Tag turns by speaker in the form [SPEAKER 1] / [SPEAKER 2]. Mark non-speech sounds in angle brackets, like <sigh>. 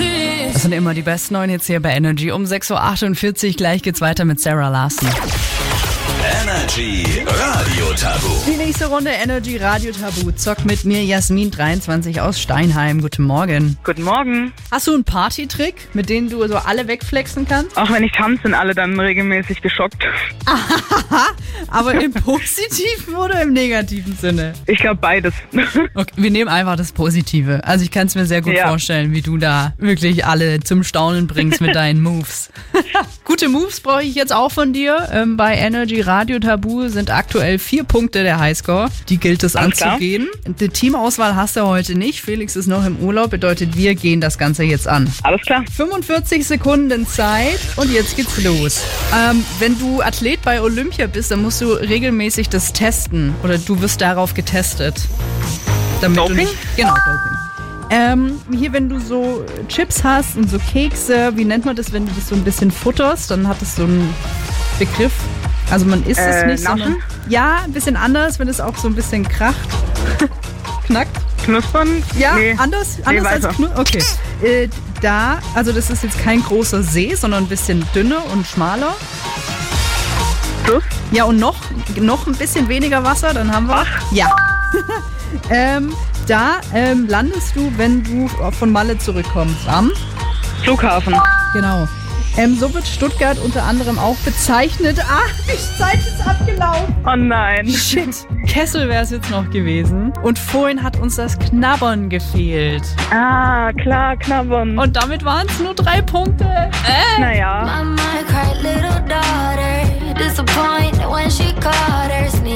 [SPEAKER 1] sind immer die besten neuen Hits hier bei Energy. Um 6.48 Uhr gleich geht's weiter mit Sarah Larson.
[SPEAKER 2] Energy Radio Tabu.
[SPEAKER 1] Die nächste Runde Energy Radio Tabu. Zockt mit mir Jasmin 23 aus Steinheim. Guten Morgen.
[SPEAKER 3] Guten Morgen.
[SPEAKER 1] Hast du einen Partytrick, mit dem du so alle wegflexen kannst?
[SPEAKER 3] Auch wenn ich tanze, sind alle dann regelmäßig geschockt.
[SPEAKER 1] Aber im <laughs> positiven oder im negativen Sinne?
[SPEAKER 3] Ich glaube beides. <laughs>
[SPEAKER 1] Okay, wir nehmen einfach das Positive. Also ich kann es mir sehr gut
[SPEAKER 3] Ja.
[SPEAKER 1] vorstellen, wie du da wirklich alle zum Staunen bringst mit deinen
[SPEAKER 3] <laughs>
[SPEAKER 1] Moves. Gute Moves brauche ich jetzt auch von dir. Ähm, bei Energy Radio Tabu sind aktuell vier Punkte der Highscore. Die gilt es
[SPEAKER 3] Alles klar.
[SPEAKER 1] anzugehen. Die Teamauswahl hast du heute nicht. Felix ist noch im Urlaub, bedeutet wir gehen das Ganze jetzt an.
[SPEAKER 3] Alles klar.
[SPEAKER 1] 45 Sekunden Zeit und jetzt geht's los. Ähm, wenn du Athlet bei Olympia bist, dann musst du regelmäßig das testen oder du wirst darauf getestet. Damit
[SPEAKER 3] Doping?
[SPEAKER 1] Du nicht, genau, Doping. Ähm, hier, wenn du so Chips hast und so Kekse, wie nennt man das, wenn du das so ein bisschen futterst, dann hat es so einen Begriff. Also man isst es
[SPEAKER 3] Äh,
[SPEAKER 1] nicht. sondern-
[SPEAKER 3] Naschen?
[SPEAKER 1] Ja, ein bisschen anders, wenn es auch so ein bisschen
[SPEAKER 3] <laughs>
[SPEAKER 1] kracht. Knackt.
[SPEAKER 3] Knuspern?
[SPEAKER 1] Ja,
[SPEAKER 3] nee.
[SPEAKER 1] anders, anders
[SPEAKER 3] weiter.
[SPEAKER 1] als Knut. Okay. Äh, da, also das ist jetzt kein großer See, sondern ein bisschen dünner und schmaler.
[SPEAKER 3] Plus?
[SPEAKER 1] Ja, und noch, noch ein bisschen weniger Wasser, dann haben wir. Ja. <laughs> ähm, da ähm, landest du, wenn du von Malle zurückkommst. Am?
[SPEAKER 3] Flughafen.
[SPEAKER 1] Genau. Ähm, so wird Stuttgart unter anderem auch bezeichnet. Ah, die Zeit ist abgelaufen.
[SPEAKER 3] Oh
[SPEAKER 1] <laughs>
[SPEAKER 3] nein.
[SPEAKER 1] Shit. Kessel wäre es jetzt noch gewesen. Und vorhin hat uns das Knabbern gefehlt.
[SPEAKER 3] Ah, klar, knabbern.
[SPEAKER 1] Und damit waren es nur drei Punkte.
[SPEAKER 3] naja.
[SPEAKER 4] My, my cried little daughter, disappointed when she caught her sneak.